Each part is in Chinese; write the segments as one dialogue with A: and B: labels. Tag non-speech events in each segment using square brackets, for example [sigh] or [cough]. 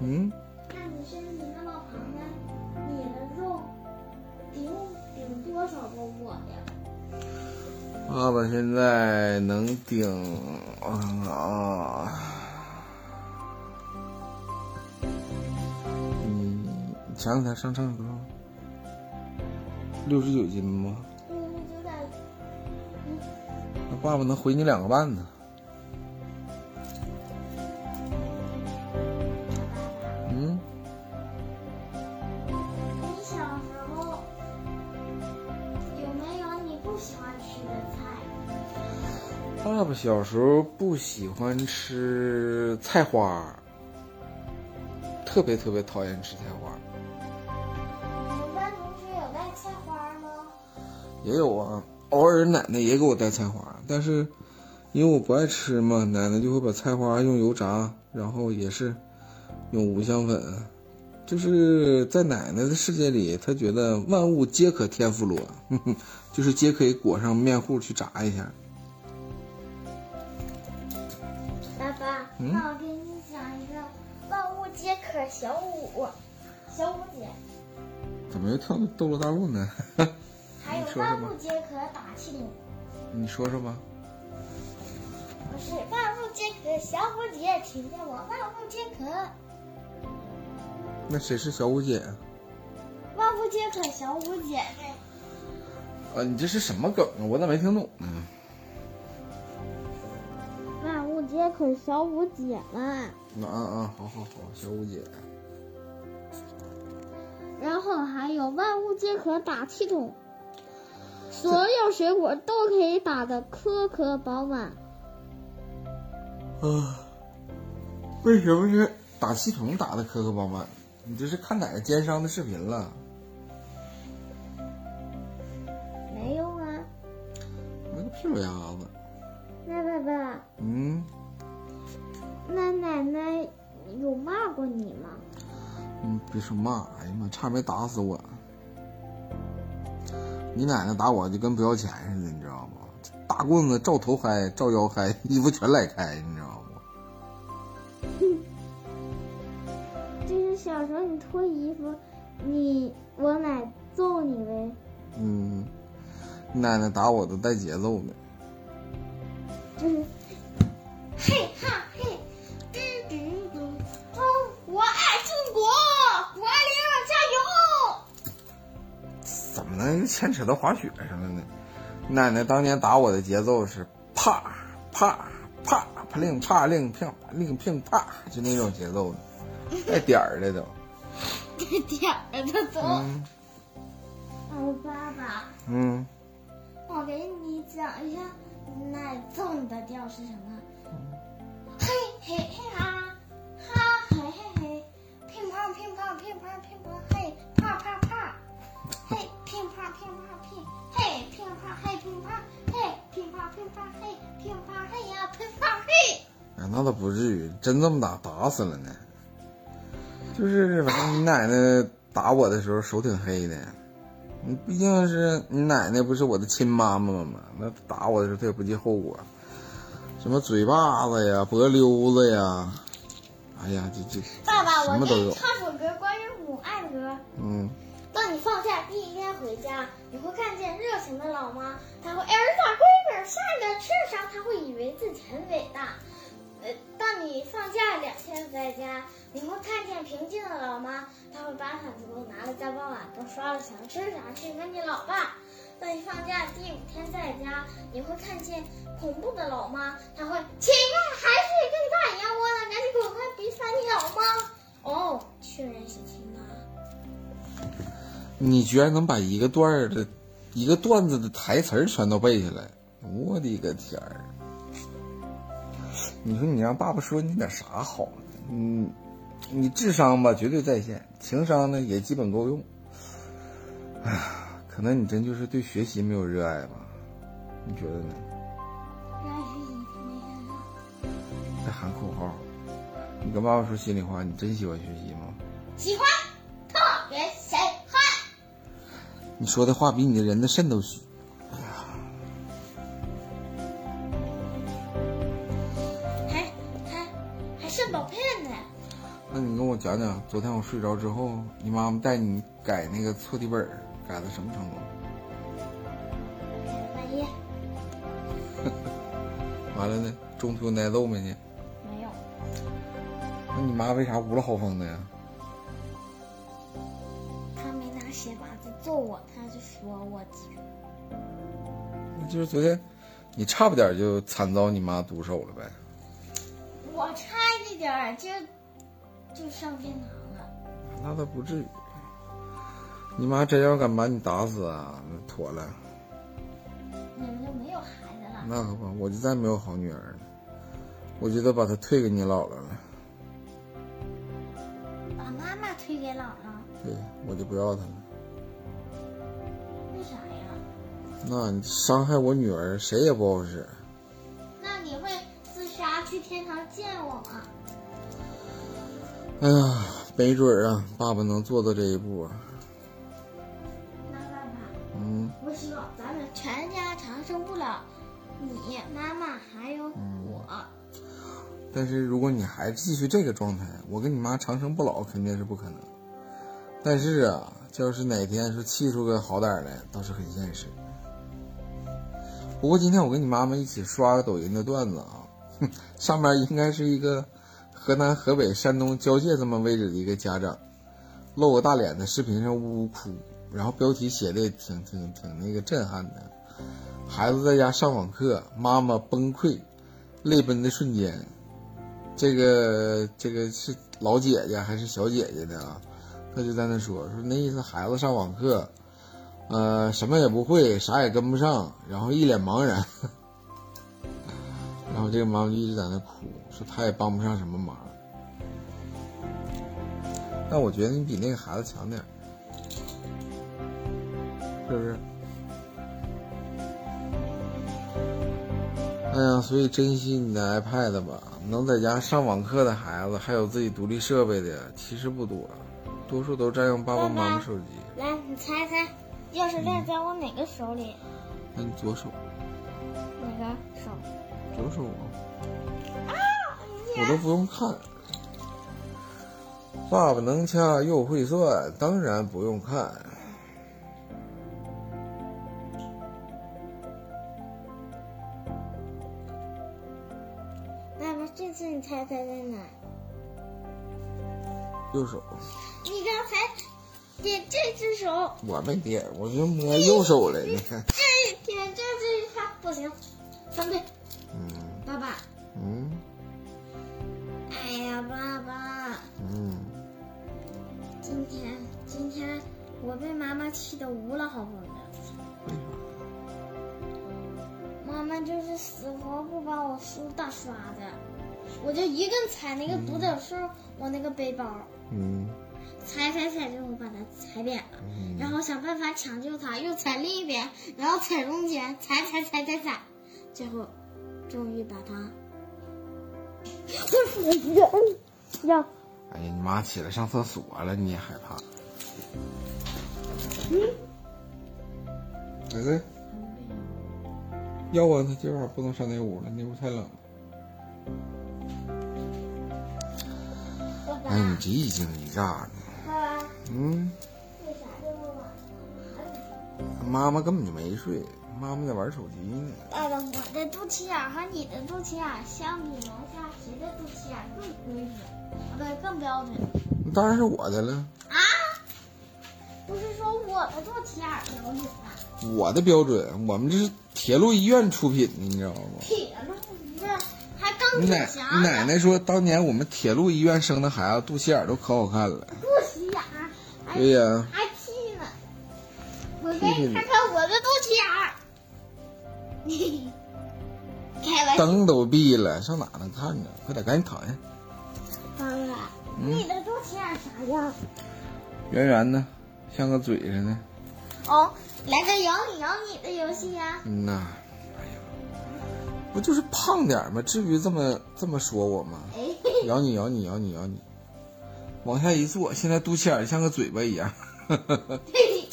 A: 嗯，
B: 那你身体那么庞大，你的肉顶顶多少个我呀？
A: 爸爸现在能顶啊，你前两天上称多少？六十九斤吧，
B: 我就有点
A: 那爸爸能回你两个半呢。嗯，
B: 你小时候有没有你不喜欢吃的菜？
A: 爸爸小时候不喜欢吃菜花儿，特别特别讨厌吃菜花儿。
B: 你们班同学有带菜花吗？
A: 也有啊，偶尔奶奶也给我带菜花，但是因为我不爱吃嘛，奶奶就会把菜花用油炸，然后也是用五香粉，就是在奶奶的世界里，她觉得万物皆可天妇罗，哼哼， [laughs] 就是皆可以裹上面糊去炸一下。
B: 爸爸，
A: 嗯
B: 那我给你讲一个万物皆可小五，小五姐，
A: 怎么又跳到斗罗大陆呢？
B: 还
A: 你
B: 有
A: 说什
B: 万
A: 么
B: 物皆可打气筒，
A: 你说说吧。
B: 不是万物皆可小五姐，请叫我万物皆可。
A: 那谁是小五姐啊？
B: 万物皆可小五姐呗。
A: 啊，你这是什么梗啊？我咋没听懂呢？
B: 万物皆可小五姐嘛。
A: 啊啊啊！好好好，小五姐。
B: 然后还有万物皆可打气筒，所有水果都可以打的颗颗饱满。
A: 啊，为什么是打气筒打的磕磕绊绊？你这是看哪个奸商的视频了？
B: 没有啊，
A: 那个屁股丫子，
B: 那爸爸，
A: 嗯，
B: 那奶奶有骂过你吗？
A: 嗯，别说骂，哎呀妈，差点没打死我！你奶奶打我就跟不要钱似的，你知道吗？大棍子照头嗨，照腰嗨，衣服全来开，你知道吗？
B: 就是小时候你脱衣服，你我奶揍你呗。
A: 嗯，你奶奶打我都带节奏的，
B: 就是嘿哈嘿，嘟嘟嘟，中我爱中国，五二零加油！
A: 怎么能牵扯到滑雪上了呢？奶奶当年打我的节奏是啪啪啪啪令啪令啪令啪啪，就那种节奏的，带点儿的都。
B: 点儿的都。
A: 嗯
B: 哦，爸爸，
A: 嗯，
B: 我给你讲一下奶揍你的调是什么？嘿嘿嘿哈，哈嘿嘿嘿，乒乓乒乓乒乓乒乓嘿，啪啪啪，嘿乒乓乒乓乒，嘿乒乓嘿乒乓嘿乒乓乒乓嘿乒乓嘿呀乒乓嘿。
A: 哎，那倒不至于，真这么打打死了呢。就是反正你奶奶打我的时候手挺黑的，你毕竟是你奶奶不是我的亲妈妈嘛，那打我的时候她也不计后果，什么嘴巴子呀、脖溜子呀，哎呀，这这
B: 爸爸，
A: 什
B: 我
A: 么
B: 给
A: 都
B: 你
A: 有，
B: 唱首歌，关于母爱的歌。
A: 嗯。
B: 当你放假第一天回家，你会看见热情的老妈，她会儿哎子闺女儿下面吃啥，她会以为自己很伟大。呃，当你放假两天在家，你会看见平静的老妈，她会把铲子给我拿来，在傍晚都刷了墙，吃啥去问你老爸。当你放假第五天在家，你会看见恐怖的老妈，她会起来还是跟大眼窝呢，赶紧滚快别烦你老妈。哦，确认性侵啊。
A: 你居然能把一个段儿的、一个段子的台词儿全都背下来，我的个天儿！你说你让爸爸说你点啥好呢？嗯，你智商吧绝对在线，情商呢也基本够用。哎呀，可能你真就是对学习没有热爱吧？你觉得呢？
B: 那是你没看到。
A: 还喊口号，你跟爸爸说心里话，你真喜欢学习吗？
B: 喜欢，特别喜欢。
A: 你说的话比你的人的肾都虚。
B: 还还还是宝贝呢。
A: 那你跟我讲讲，昨天我睡着之后，你妈妈带你改那个错题本儿，改到什么程度？
B: 满意？
A: 完了呢，中途挨揍没呢？
B: 没有，
A: 那你妈为啥无了好风的呀？
B: 他没拿鞋拔子揍我，他就说我几句。
A: 就是昨天，你差不点就惨遭你妈毒手了呗。
B: 我差一点儿就就上天堂了。
A: 那倒不至于。你妈真要敢把你打死啊，那妥了。
B: 你们就没有孩子了？
A: 那可不，我就再没有好女儿了。我觉得把她退给你姥姥了。
B: 把妈妈推给姥姥，
A: 对，我就不要她了。
B: 为啥呀？
A: 那你伤害我女儿，谁也不好使。
B: 那你会自杀去天堂见我吗？
A: 哎呀，没准儿啊，爸爸能做到这一步啊。
B: 那爸爸，
A: 嗯
B: 我希望咱们全家长生不老，你妈妈还有我。
A: 但是如果你还继续这个状态，我跟你妈长生不老肯定是不可能。但是啊，要是哪天说气出个好歹儿来，倒是很现实。不过今天我跟你妈妈一起刷个抖音的段子啊， [laughs] 哼上面应该是一个河南、河北、山东交界这么位置的一个家长，露个大脸在视频上呜呜哭，然后标题写的也挺挺挺那个震撼的，孩子在家上网课，妈妈崩溃，泪奔的瞬间，这个这个是老姐姐还是小姐姐呢？啊？她就在那说说那意思，孩子上网课，呃，什么也不会，啥也跟不上，然后一脸茫然。 [laughs] 然后这个妈妈就一直在那哭，说她也帮不上什么忙。但我觉得你比那个孩子强点儿，是不是？哎呀，所以珍惜你的 iPad 吧。能在家上网课的孩子，还有自己独立设备的，其实不多，多数都占用爸爸妈妈手机。
B: 来，你猜猜，钥匙链在我哪个手里？
A: 那你左手，
B: 哪个手？
A: 左手啊，我都不用看。爸爸能掐又会算，当然不用看。
B: 妈妈，这次你猜猜在哪？
A: 右手，
B: 你刚才点这只手，
A: 我没点，我就摸右手了。你看，
B: 这点这只手不行，三对。
A: 嗯
B: 爸爸，
A: 嗯
B: 哎呀，爸爸，
A: 嗯，
B: 今天今天我被妈妈气得无了好风的，
A: 为啥？
B: 妈妈就是死活不把我梳大刷子，我就一顿踩那个独角兽，我那个背包，
A: 嗯
B: 踩踩踩着我把它踩扁了，
A: 嗯
B: 然后想办法抢救它，又踩另一边，然后踩中间，踩踩踩踩踩，最后终于把它，要
A: 哎呀，你妈起来上厕所了，你也害怕？嗯，对，要啊，她今晚不能上那屋了，那屋太冷了。
B: 爸
A: 哎，你
B: 爸，
A: 这一惊一乍的，
B: 爸爸，
A: 嗯，
B: 为啥这么晚？
A: 妈妈根本就没睡，妈妈在玩手机呢。
B: 爸爸，我的肚脐眼儿和你的肚脐眼儿相比来看，谁的肚脐眼儿更规整？啊，不对，更标准
A: 那当然是我的了，
B: 啊？不是说我的肚脐眼儿标准吗？
A: 我的标准，我们这是铁路医院出品的，你知道吗？
B: 铁路不是还钢
A: 你
B: 铁
A: 奶
B: 侠
A: 你奶奶说，当年我们铁路医院生的孩子肚脐眼儿都可好看了。
B: 肚脐眼儿还
A: 对呀、
B: 还剃呢？我给你看看我的肚脐眼儿。开玩笑，
A: 灯都闭了，上哪能看着？快点，赶紧躺下。
B: 爸爸，你的肚脐眼儿啥样？
A: 圆圆的，像个嘴似的。
B: 哦，来个咬你咬你的游戏啊呀、
A: 嗯呐，哎呀，不就是胖点儿吗？至于这么这么说我吗？
B: 哎。
A: 咬你咬你咬你咬你，往下一坐，现在肚脐眼儿像个嘴巴一 [laughs] 样。
B: 嘿，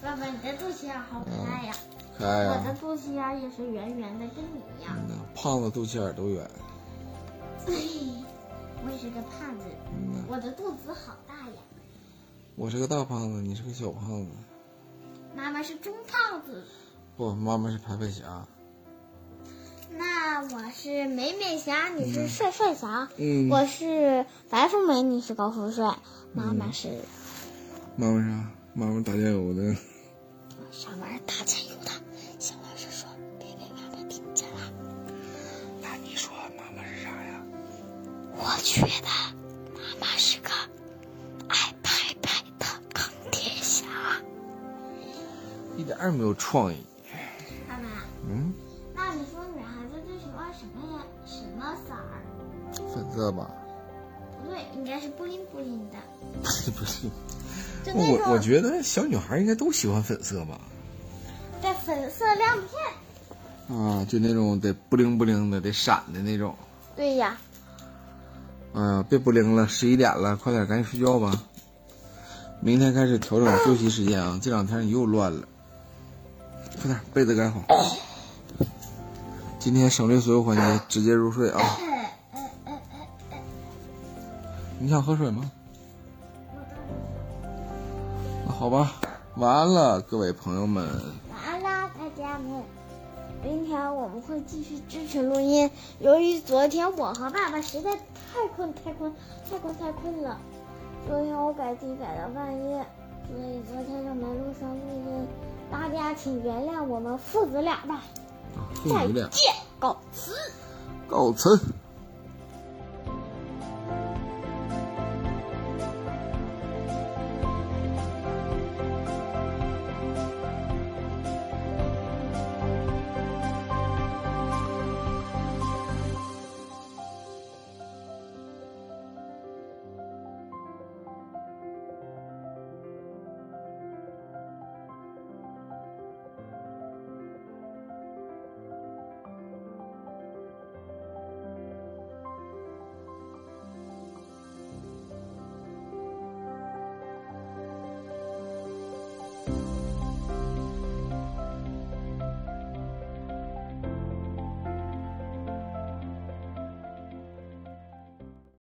B: 爸爸，你的肚脐眼好可爱呀！
A: 可爱
B: 我的
A: 呀、
B: 肚脐眼也是圆圆的，跟你一样。
A: 嗯呐，胖子肚脐眼儿都圆。
B: 嘿，我也是个胖子，
A: 嗯呐，
B: 我的肚子好大呀。
A: 我是个大胖子，你是个小胖子。
B: 妈妈是中胖子，
A: 不，妈妈是排排侠。
B: 那我是美美侠，你是帅帅侠，
A: 嗯，
B: 我是白富美，你是高富帅，妈妈是
A: 妈妈啥？妈妈打酱油的。
B: 啥玩意儿打酱油的。小老师说别被妈妈听见了，
A: 那你说妈妈是啥呀？
B: 我觉得妈妈是个爱拍拍的钢铁侠。
A: 一点儿也没有创意。
B: 妈妈，
A: 嗯，
B: 那你说女孩子最喜欢什么呀？什么色儿？
A: 粉色吧？ [laughs]
B: 不对，应该是布灵布灵的，
A: 不是不是，
B: 就那
A: 我我
B: 种
A: 觉得小女孩应该都喜欢粉色吧？
B: 带粉色亮片。
A: 啊，就那种得不灵不灵的，得闪的那种。
B: 对呀，
A: 哎呀，别不灵了，十一点了，快点赶紧睡觉吧。明天开始调整作息时间啊，这两天你又乱了。快点，被子盖好。
B: 哦
A: 今天省略所有环节，直接入睡啊！你想喝水吗？
B: 嗯
A: 那好吧，晚安了，各位朋友们。
B: 晚安啦，大家们。明天我们会继续支持录音。由于昨天我和爸爸实在太困太困太困太困了，昨天我改题改到半夜，所以昨天就没录上录音。大家请原谅我们父子俩吧，
A: 啊，父
B: 再
A: 女俩
B: 见，告辞。
A: 告辞。